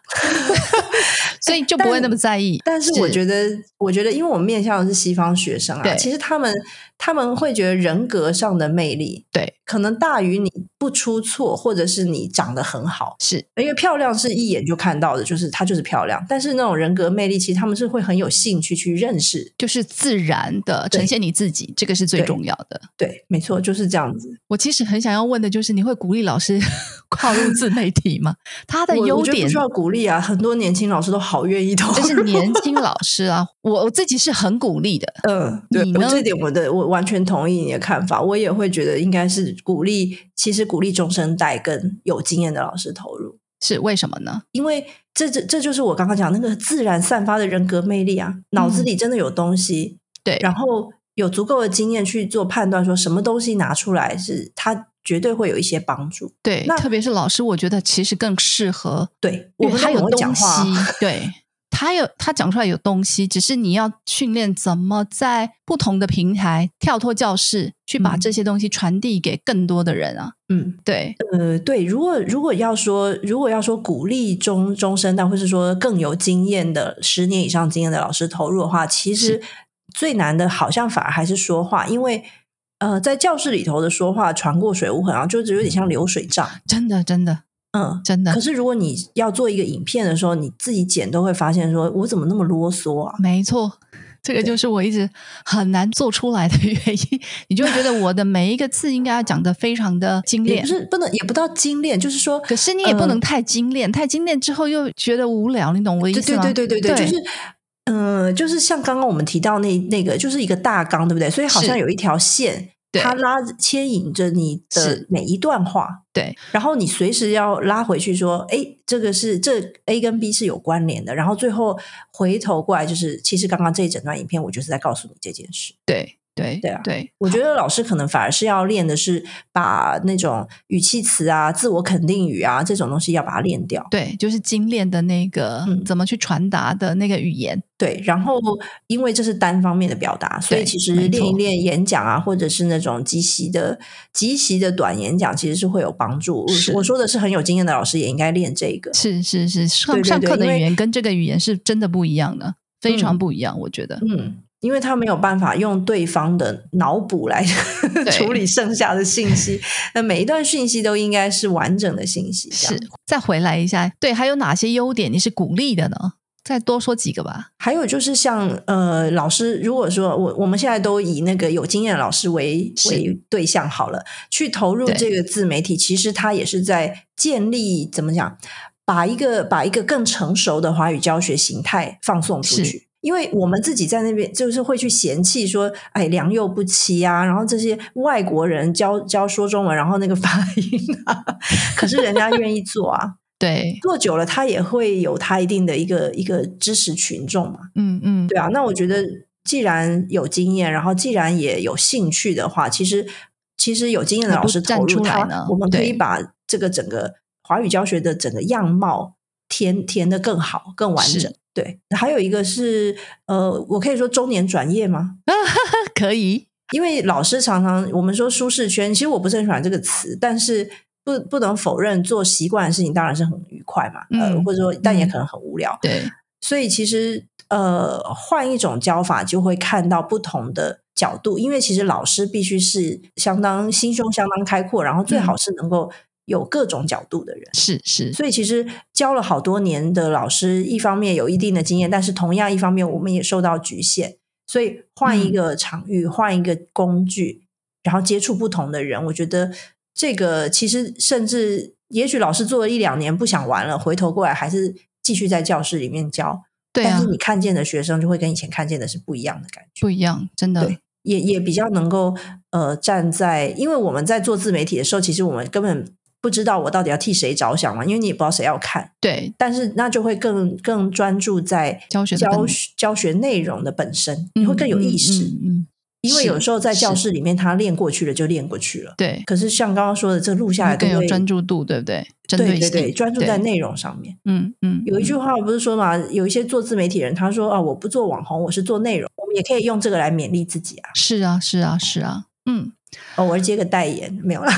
[SPEAKER 1] 所以就不会那么在意。
[SPEAKER 2] 但是我觉得，我觉得，因为我们面向的是西方学生啊
[SPEAKER 1] 对，
[SPEAKER 2] 其实他们他们会觉得人格上的魅力，
[SPEAKER 1] 对，
[SPEAKER 2] 可能大于你不出错，或者是你长得很好。
[SPEAKER 1] 是
[SPEAKER 2] 因为漂亮是一眼就看到的，就是她就是漂亮。但是那种人格魅力，其实他们是会很有兴趣去认识。
[SPEAKER 1] 就是自然的
[SPEAKER 2] 对
[SPEAKER 1] 呈现你自己，这个是最
[SPEAKER 2] 对
[SPEAKER 1] 重要的。
[SPEAKER 2] 对，没错，就是这样子。
[SPEAKER 1] 我其实很想要问的就是，你会鼓励老师 跨入自媒体吗？他的
[SPEAKER 2] 我
[SPEAKER 1] 优
[SPEAKER 2] 我觉得
[SPEAKER 1] 点
[SPEAKER 2] 不需要鼓励啊，很多年轻老师都好愿意投入。
[SPEAKER 1] 就是年轻老师啊，我我自己是很鼓励的，
[SPEAKER 2] 嗯， 对
[SPEAKER 1] 你，
[SPEAKER 2] 我
[SPEAKER 1] 呢
[SPEAKER 2] 这点我的我完全同意你的看法，我也会觉得应该是鼓励，其实鼓励中生代跟有经验的老师投入，
[SPEAKER 1] 是为什么呢？
[SPEAKER 2] 因为这这这就是我刚刚讲那个自然散发的人格魅力啊，脑子
[SPEAKER 1] 嗯
[SPEAKER 2] 里真的有东西，
[SPEAKER 1] 对
[SPEAKER 2] 然后有足够的经验去做判断，说什么东西拿出来是它绝对会有一些帮助。
[SPEAKER 1] 对，
[SPEAKER 2] 那
[SPEAKER 1] 特别是老师，我觉得其实更适合，
[SPEAKER 2] 对我
[SPEAKER 1] 因为
[SPEAKER 2] 们
[SPEAKER 1] 他
[SPEAKER 2] 都很
[SPEAKER 1] 有
[SPEAKER 2] 会讲
[SPEAKER 1] 东西
[SPEAKER 2] 话啊，，
[SPEAKER 1] 对他有他讲出来有东西，只是你要训练怎么在不同的平台跳脱教室，去把
[SPEAKER 2] 嗯
[SPEAKER 1] 这些东西传递给更多的人啊。
[SPEAKER 2] 嗯，
[SPEAKER 1] 对，
[SPEAKER 2] 呃，对，如果如果要说，如果要说鼓励中中生代，或是说更有经验的十年以上经验的老师投入的话，其实最难的好像反而还是说话，因为呃，在教室里头的说话传过水无痕啊，就只有点像流水账。
[SPEAKER 1] 真的，真的，
[SPEAKER 2] 嗯，
[SPEAKER 1] 真的
[SPEAKER 2] 可，是如果你要做一个影片的时候，你自己剪都会发现说，我怎么那么啰嗦啊？
[SPEAKER 1] 没错，这个
[SPEAKER 2] 对
[SPEAKER 1] 就是我一直很难做出来的原因。你就会觉得我的每一个字应该要讲的非常的精
[SPEAKER 2] 也
[SPEAKER 1] 炼
[SPEAKER 2] 不，是不能，也不到精炼，就是说，
[SPEAKER 1] 可是你也不
[SPEAKER 2] 呃
[SPEAKER 1] 能太精炼，太精炼之后又觉得无聊，你懂我意
[SPEAKER 2] 对
[SPEAKER 1] 思吗？
[SPEAKER 2] 对对对对对，就是。嗯、呃，就是像刚刚我们提到那那个，就是一个大纲，对不对？所以好像
[SPEAKER 1] 是
[SPEAKER 2] 有一条线，
[SPEAKER 1] 对
[SPEAKER 2] 它拉牵引着你的
[SPEAKER 1] 是
[SPEAKER 2] 每一段话，
[SPEAKER 1] 对，
[SPEAKER 2] 然后你随时要拉回去说，哎，这个是这 A 跟 B 是有关联的，然后最后回头过来，就是其实刚刚这一整段影片，我就是在告诉你这件事。
[SPEAKER 1] 对对
[SPEAKER 2] 对啊
[SPEAKER 1] 对，
[SPEAKER 2] 我觉得老师可能反而是要练的是把那种语气词啊、自我肯定语啊这种东西要把它练掉。
[SPEAKER 1] 对，就是精炼的那个、
[SPEAKER 2] 嗯
[SPEAKER 1] 怎么去传达的那个语言，
[SPEAKER 2] 对，然后因为这是单方面的表达，所以
[SPEAKER 1] 对
[SPEAKER 2] 其实
[SPEAKER 1] 没
[SPEAKER 2] 练一
[SPEAKER 1] 错
[SPEAKER 2] 练演讲啊，或者是那种即席的即席的短演讲，其实是会有帮助。
[SPEAKER 1] 是
[SPEAKER 2] 我说的是很有经验的老师也应该练这个。
[SPEAKER 1] 是是是，上
[SPEAKER 2] 对对
[SPEAKER 1] 上
[SPEAKER 2] 对
[SPEAKER 1] 课的
[SPEAKER 2] 因为
[SPEAKER 1] 语言跟这个语言是真的不一样的，非常
[SPEAKER 2] 嗯
[SPEAKER 1] 不一样，我觉得。
[SPEAKER 2] 嗯，因为他没有办法用对方的脑补来 处理剩下的信息，那每一段讯息都应该是完整的信息。这样
[SPEAKER 1] 是，再回来一下，对，还有哪些优点你是鼓励的呢？再多说几个吧。
[SPEAKER 2] 还有就是像呃，老师，如果说我我们现在都以那个有经验的老师为
[SPEAKER 1] 是
[SPEAKER 2] 为对象好了，去投入
[SPEAKER 1] 对
[SPEAKER 2] 这个自媒体，其实它也是在建立怎么讲，把一个把一个更成熟的华语教学形态放送出
[SPEAKER 1] 是
[SPEAKER 2] 去。因为我们自己在那边就是会去嫌弃说，哎，良莠不齐啊，然后这些外国人教教说中文，然后那个发音啊， 可是人家愿意做啊，
[SPEAKER 1] 对，
[SPEAKER 2] 做久了他也会有他一定的一个一个支持群众嘛。
[SPEAKER 1] 嗯嗯，
[SPEAKER 2] 对啊，那我觉得既然有经验，然后既然也有兴趣的话，其实其实有经验的
[SPEAKER 1] 何
[SPEAKER 2] 老
[SPEAKER 1] 不
[SPEAKER 2] 师
[SPEAKER 1] 站
[SPEAKER 2] 投入
[SPEAKER 1] 出来
[SPEAKER 2] 他，
[SPEAKER 1] 呢
[SPEAKER 2] 我们可以
[SPEAKER 1] 对
[SPEAKER 2] 把这个整个华语教学的整个样貌填填的更好、更完整
[SPEAKER 1] 是。
[SPEAKER 2] 对，还有一个是呃，我可以说中年转业吗？
[SPEAKER 1] 可以，
[SPEAKER 2] 因为老师常常我们说舒适圈，其实我不是很喜欢这个词，但是不不能否认，做习惯的事情当然是很愉快嘛，呃，
[SPEAKER 1] 嗯
[SPEAKER 2] 或者说但也
[SPEAKER 1] 嗯
[SPEAKER 2] 可能很无聊。
[SPEAKER 1] 对，
[SPEAKER 2] 所以其实呃，换一种教法就会看到不同的角度，因为其实老师必须是相当心胸相当开阔，然后最好是能够有各种角度的人。
[SPEAKER 1] 是是，
[SPEAKER 2] 所以其实教了好多年的老师，一方面有一定的经验，但是同样一方面我们也受到局限，所以换一
[SPEAKER 1] 嗯
[SPEAKER 2] 个场域，换一个工具，然后接触不同的人，我觉得这个其实甚至也许老师做了一两年不想玩了，回头过来还是继续在教室里面教，
[SPEAKER 1] 对
[SPEAKER 2] 但
[SPEAKER 1] 啊
[SPEAKER 2] 是，你看见的学生就会跟以前看见的是不一样的感觉。
[SPEAKER 1] 不一样，真的
[SPEAKER 2] 对，也也比较能够呃站在，因为我们在做自媒体的时候，其实我们根本不知道我到底要替谁着想嘛，因为你也不知道谁要看，
[SPEAKER 1] 对，
[SPEAKER 2] 但是那就会更更专注在
[SPEAKER 1] 教学的
[SPEAKER 2] 教
[SPEAKER 1] 本
[SPEAKER 2] 学教学内容的本身，你会更有
[SPEAKER 1] 嗯
[SPEAKER 2] 意
[SPEAKER 1] 嗯
[SPEAKER 2] 识，
[SPEAKER 1] 嗯，嗯
[SPEAKER 2] 因为
[SPEAKER 1] 是
[SPEAKER 2] 有时候在教
[SPEAKER 1] 是
[SPEAKER 2] 室里面他练过去了就练过去了，
[SPEAKER 1] 对，
[SPEAKER 2] 可是像刚刚说的，这录下来
[SPEAKER 1] 会更
[SPEAKER 2] 都
[SPEAKER 1] 有
[SPEAKER 2] 会
[SPEAKER 1] 专注度，对不对？针
[SPEAKER 2] 对对
[SPEAKER 1] 性，
[SPEAKER 2] 对，专注在
[SPEAKER 1] 对，
[SPEAKER 2] 内容上面。
[SPEAKER 1] 嗯嗯，
[SPEAKER 2] 有一句
[SPEAKER 1] 嗯
[SPEAKER 2] 话不是说嘛，有一些做自媒体人，他说啊，我不做网红，我是做内容。我们也可以用这个来勉励自己啊。
[SPEAKER 1] 是啊是啊是啊，嗯，
[SPEAKER 2] 偶尔接个代言，没有啦。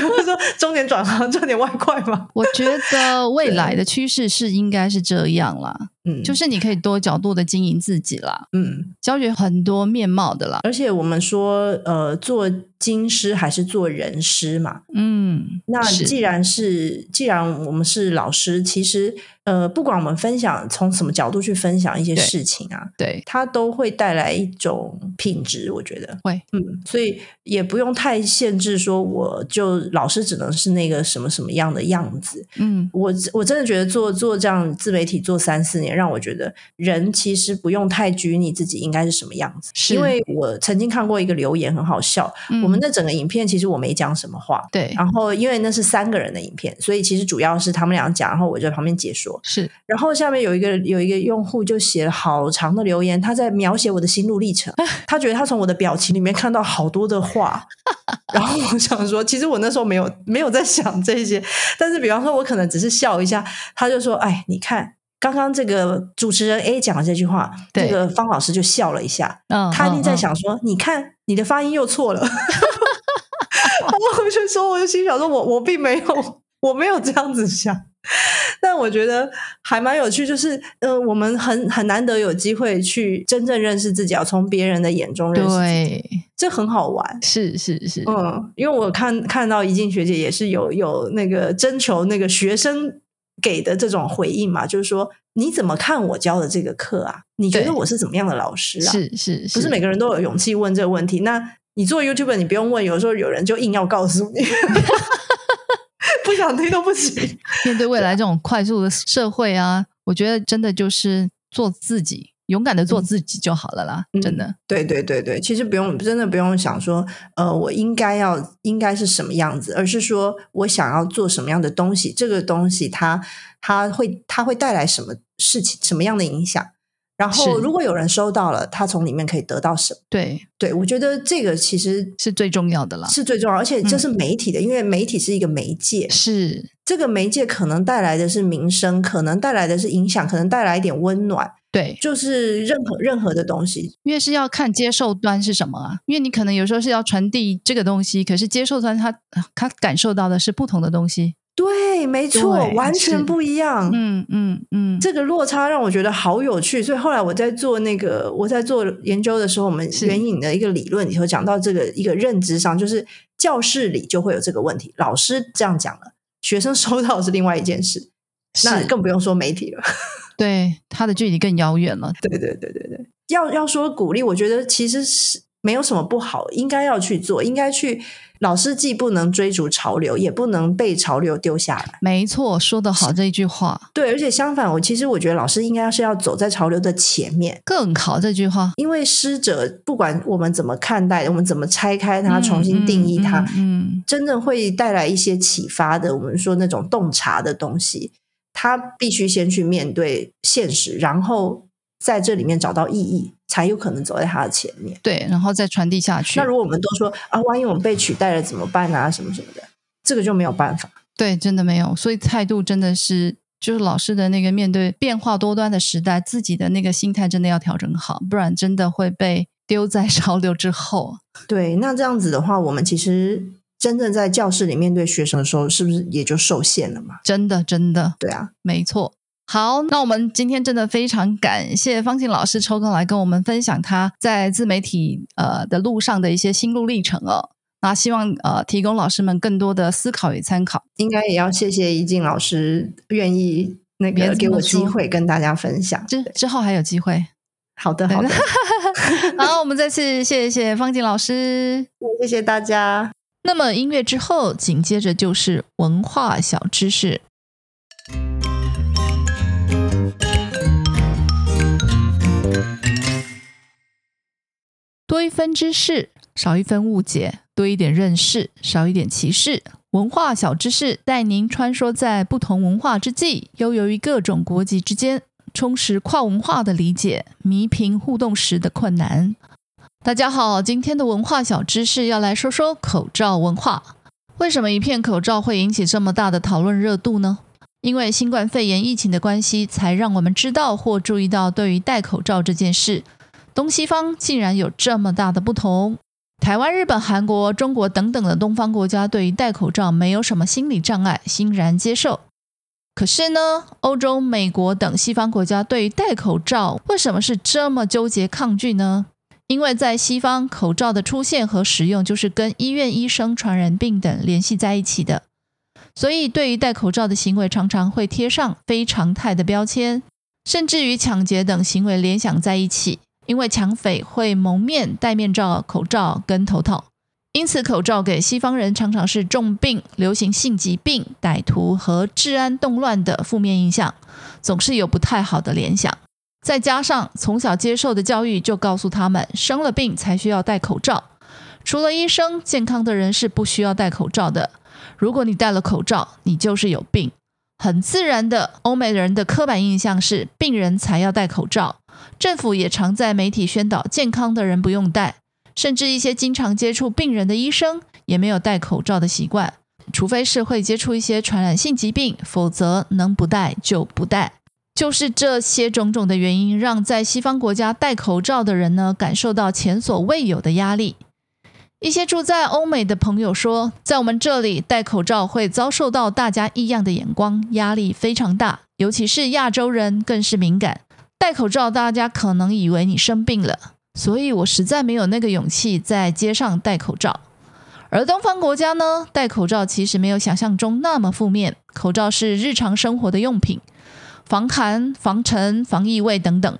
[SPEAKER 2] 就是说中年转行赚点外快嘛。
[SPEAKER 1] 我觉 得未
[SPEAKER 2] 对
[SPEAKER 1] 来的趋势是应该是这样啦，
[SPEAKER 2] 嗯，
[SPEAKER 1] 就是是你可以多角度的经营自己啦，
[SPEAKER 2] 嗯，
[SPEAKER 1] 教学很多面貌的啦，
[SPEAKER 2] 而且我们说，呃，做金师还是做人师嘛？
[SPEAKER 1] 嗯，
[SPEAKER 2] 那
[SPEAKER 1] 是
[SPEAKER 2] 既然是既然我们是老师，其实呃，不管我们分享从什么角度去分享一些
[SPEAKER 1] 对
[SPEAKER 2] 事情啊，
[SPEAKER 1] 对
[SPEAKER 2] 它都会带来一种品质，我觉得
[SPEAKER 1] 会，
[SPEAKER 2] 嗯，所以也不用太限制，说我就老师只能是那个什么什么样的样子，
[SPEAKER 1] 嗯，
[SPEAKER 2] 我我真的觉得做做这样自媒体做三四年，让我觉得人其实不用太拘泥自己应该是什么样子。
[SPEAKER 1] 是
[SPEAKER 2] 因为我曾经看过一个留言很好笑，我们啊
[SPEAKER 1] 嗯
[SPEAKER 2] 那整个影片其实我没讲什么话，
[SPEAKER 1] 对
[SPEAKER 2] 然后因为那是三个人的影片，所以其实主要是他们俩讲，然后我就在旁边解说。
[SPEAKER 1] 是
[SPEAKER 2] 然后下面有一个有一个用户就写了好长的留言，他在描写我的心路历程，他觉得他从我的表情里面看到好多的话。然后我想说，其实我那时候没有没有在想这些，但是比方说，我可能只是笑一下，他就说：“哎，你看。”刚刚这个主持人 A 讲了这句话，
[SPEAKER 1] 对
[SPEAKER 2] 这个方老师就笑了一下，
[SPEAKER 1] 嗯，
[SPEAKER 2] 他一
[SPEAKER 1] 嗯
[SPEAKER 2] 定在
[SPEAKER 1] 嗯
[SPEAKER 2] 想说：“你看，你的发音又错了。” 然后我就说，我就心想说我我并没有，我没有这样子想。但我觉得还蛮有趣，就是呃，我们很很难得有机会去真正认识自己，要从别人的眼中认识自己，
[SPEAKER 1] 对，
[SPEAKER 2] 这很好玩。
[SPEAKER 1] 是是是，
[SPEAKER 2] 嗯，因为我看看到怡静学姐也是有有那个征求那个学生给的这种回应嘛，就是说你怎么看我教的这个课啊？你觉
[SPEAKER 1] 对
[SPEAKER 2] 得我是怎么样的老师啊？
[SPEAKER 1] 是是是，
[SPEAKER 2] 不是每
[SPEAKER 1] 个
[SPEAKER 2] 个人都有勇气问这个问题。那你做 YouTube，你不用问，有时候有人就硬要告诉你， 不想听都不行。
[SPEAKER 1] 面对未来这种快速的社会啊，我觉得真的就是做自己，勇敢的做自己就好了啦，
[SPEAKER 2] 嗯
[SPEAKER 1] 真的。
[SPEAKER 2] 对对对对，其实不用，真的不用想说，呃，我应该要应该是什么样子，而是说我想要做什么样的东西，这个东西它它会它会带来什么事情，什么样的影响。然后，
[SPEAKER 1] 是
[SPEAKER 2] 如果有人收到了，他从里面可以得到什么？
[SPEAKER 1] 对，
[SPEAKER 2] 对我觉得这个其实
[SPEAKER 1] 是最重要的啦。
[SPEAKER 2] 是最重要，而且这是媒体的，因为媒体是一个媒介，
[SPEAKER 1] 是，
[SPEAKER 2] 这个媒介可能带来的是民生，可能带来的是影响，可能带来一点温暖，
[SPEAKER 1] 对，
[SPEAKER 2] 就是任何任何的东西，
[SPEAKER 1] 因为是要看接受端是什么啊，因为你可能有时候是要传递这个东西，可是接受端他他感受到的是不同的东西。
[SPEAKER 2] 对，没错，
[SPEAKER 1] 对
[SPEAKER 2] 完
[SPEAKER 1] 是
[SPEAKER 2] 全不一样。
[SPEAKER 1] 嗯嗯嗯，
[SPEAKER 2] 这个落差让我觉得好有趣，所以后来我在做那个我在做研究的时候，我们
[SPEAKER 1] 是
[SPEAKER 2] 援引的一个理论里头讲到这个一个认知上，就是教室里就会有这个问题，老师这样讲了，学生收到是另外一件事，那
[SPEAKER 1] 是
[SPEAKER 2] 更不用说媒体了。
[SPEAKER 1] 对他的距离更遥远了。
[SPEAKER 2] 对对对对对，要要说鼓励，我觉得其实是没有什么不好，应该要去做，应该去。老师既不能追逐潮流，也不能被潮流丢下来。
[SPEAKER 1] 没错，说得好这一句话
[SPEAKER 2] 对，而且相反，我其实我觉得老师应该是要走在潮流的前面，
[SPEAKER 1] 更好，这句话
[SPEAKER 2] 因为师者不管我们怎么看待，我们怎么拆开它，重新定义
[SPEAKER 1] 嗯
[SPEAKER 2] 它，
[SPEAKER 1] 嗯，嗯嗯
[SPEAKER 2] 真正会带来一些启发的。我们说那种洞察的东西，他必须先去面对现实，然后在这里面找到意义，才有可能走在它的前面。
[SPEAKER 1] 对，然后再传递下去。
[SPEAKER 2] 那如果我们都说啊，万一我们被取代了怎么办啊，什么什么的，这个就没有办法。
[SPEAKER 1] 对，真的没有，所以态度真的是。就是老师的那个面对变化多端的时代，自己的那个心态真的要调整好，不然真的会被丢在 潮流之后。
[SPEAKER 2] 对，那这样子的话，我们其实真正在教室里面对学生的时候，是不是也就受限了嘛？
[SPEAKER 1] 真的，真的，
[SPEAKER 2] 对啊，
[SPEAKER 1] 没错。好，那我们今天真的非常感谢方静老师抽空来跟我们分享他在自媒体呃的路上的一些心路历程哦。那希望呃提供老师们更多的思考与参考。
[SPEAKER 2] 应该也要谢谢一静老师愿意那
[SPEAKER 1] 别这
[SPEAKER 2] 个
[SPEAKER 1] 么
[SPEAKER 2] 给我机
[SPEAKER 1] 说
[SPEAKER 2] 会跟大家分享。
[SPEAKER 1] 之之后还有机会。
[SPEAKER 2] 好的， 好的，
[SPEAKER 1] 好，我们再次谢谢方静老师。
[SPEAKER 2] 谢谢大家。
[SPEAKER 1] 那么音乐之后，紧接着就是文化小知识。多一分知识，少一分误解；多一点认识，少一点歧视。文化小知识带您穿梭在不同文化之际，悠游于各种国籍之间，充实跨文化的理解，弥平互动时的困难。大家好，今天的文化小知识要来说说口罩文化。为什么一片口罩会引起这么大的讨论热度呢？因为新冠肺炎疫情的关系，才让我们知道或注意到对于戴口罩这件事，东西方竟然有这么大的不同。台湾、日本、韩国、中国等等的东方国家对于戴口罩没有什么心理障碍，欣然接受。可是呢，欧洲、美国等西方国家对于戴口罩为什么是这么纠结抗拒呢？因为在西方，口罩的出现和使用就是跟医院医生、传染病等联系在一起的，所以对于戴口罩的行为，常常会贴上非常态的标签，甚至与抢劫等行为联想在一起。因为抢匪会蒙面、戴面罩、口罩跟头套，因此口罩给西方人常常是重病、流行性疾病、歹徒和治安动乱的负面印象，总是有不太好的联想。再加上从小接受的教育就告诉他们，生了病才需要戴口罩。除了医生，健康的人是不需要戴口罩的。如果你戴了口罩，你就是有病。很自然的，欧美人的刻板印象是病人才要戴口罩。政府也常在媒体宣导健康的人不用戴，甚至一些经常接触病人的医生也没有戴口罩的习惯，除非是会接触一些传染性疾病，否则能不戴就不戴。就是这些种种的原因，让在西方国家戴口罩的人呢，感受到前所未有的压力。一些住在欧美的朋友说，在我们这里戴口罩会遭受到大家异样的眼光，压力非常大，尤其是亚洲人更是敏感。戴口罩，大家可能以为你生病了，所以我实在没有那个勇气在街上戴口罩。而东方国家呢，戴口罩其实没有想象中那么负面，口罩是日常生活的用品。防寒、防尘、防异味等等。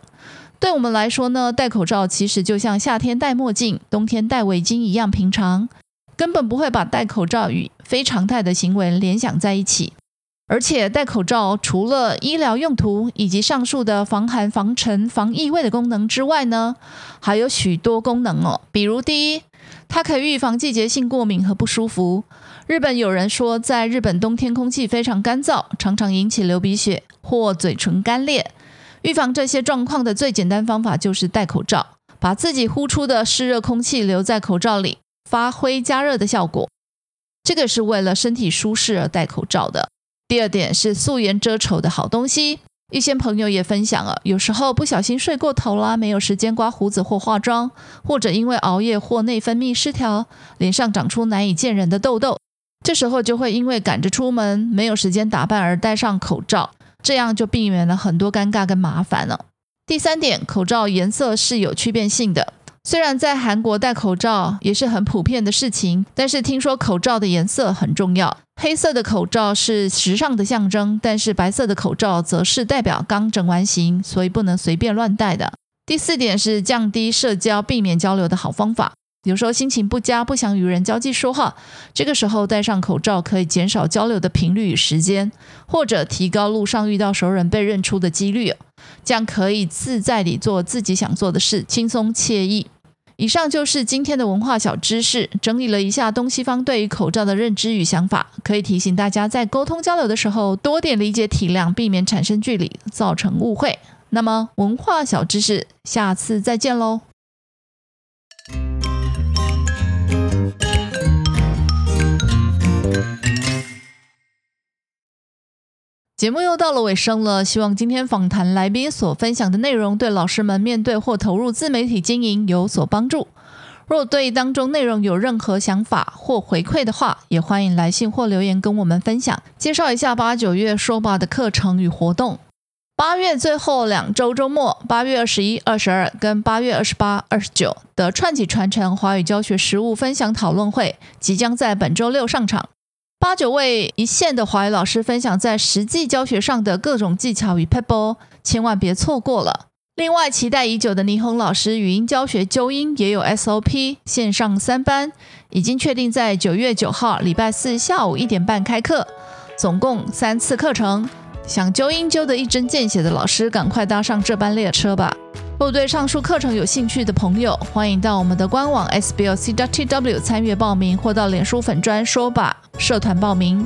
[SPEAKER 1] 对我们来说呢，戴口罩其实就像夏天戴墨镜、冬天戴围巾一样平常，根本不会把戴口罩与非常态的行为联想在一起。而且戴口罩除了医疗用途以及上述的防寒、防尘、防异味的功能之外呢，还有许多功能哦。比如第一，它可以预防季节性过敏和不舒服。日本有人说，在日本冬天空气非常干燥，常常引起流鼻血或嘴唇干裂。预防这些状况的最简单方法就是戴口罩，把自己呼出的湿热空气留在口罩里，发挥加热的效果。这个是为了身体舒适而戴口罩的。第二点是素颜遮丑的好东西。一些朋友也分享了，有时候不小心睡过头啦，没有时间刮胡子或化妆，或者因为熬夜或内分泌失调，脸上长出难以见人的痘痘，这时候就会因为赶着出门，没有时间打扮而戴上口罩，这样就避免了很多尴尬跟麻烦了。第三点，口罩颜色是有区变性的。虽然在韩国戴口罩也是很普遍的事情，但是听说口罩的颜色很重要。黑色的口罩是时尚的象征，但是白色的口罩则是代表刚整完型，所以不能随便乱戴的。第四点是降低社交、避免交流的好方法。有时候心情不佳，不想与人交际说话，这个时候戴上口罩可以减少交流的频率与时间，或者提高路上遇到熟人被认出的几率。这样可以自在地做自己想做的事，轻松惬意。以上就是今天的文化小知识，整理了一下东西方对于口罩的认知与想法，可以提醒大家在沟通交流的时候多点理解体谅，避免产生距离，造成误会。那么文化小知识，下次再见喽！节目又到了尾声了，希望今天访谈来宾所分享的内容对老师们面对或投入自媒体经营有所帮助。若对当中内容有任何想法或回馈的话，也欢迎来信或留言跟我们分享。介绍一下八九月说吧的课程与活动。八月最后两周周末，八月二十一、二十二跟八月二十八、二十九的串起传承华语教学实务分享讨论会即将在本周六上场。八九位一线的华语老师分享在实际教学上的各种技巧与 pebble，千万别错过了。另外，期待已久的倪虹老师语音教学纠音也有 SOP 线上三班，已经确定在九月九号礼拜四下午一点半开课，总共三次课程。想纠音纠得一针见血的老师，赶快搭上这班列车吧！或对上述课程有兴趣的朋友，欢迎到我们的官网 sblc.tw 参与报名，或到脸书粉专说吧社团报名。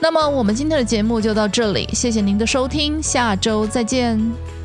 [SPEAKER 1] 那么我们今天的节目就到这里，谢谢您的收听，下周再见。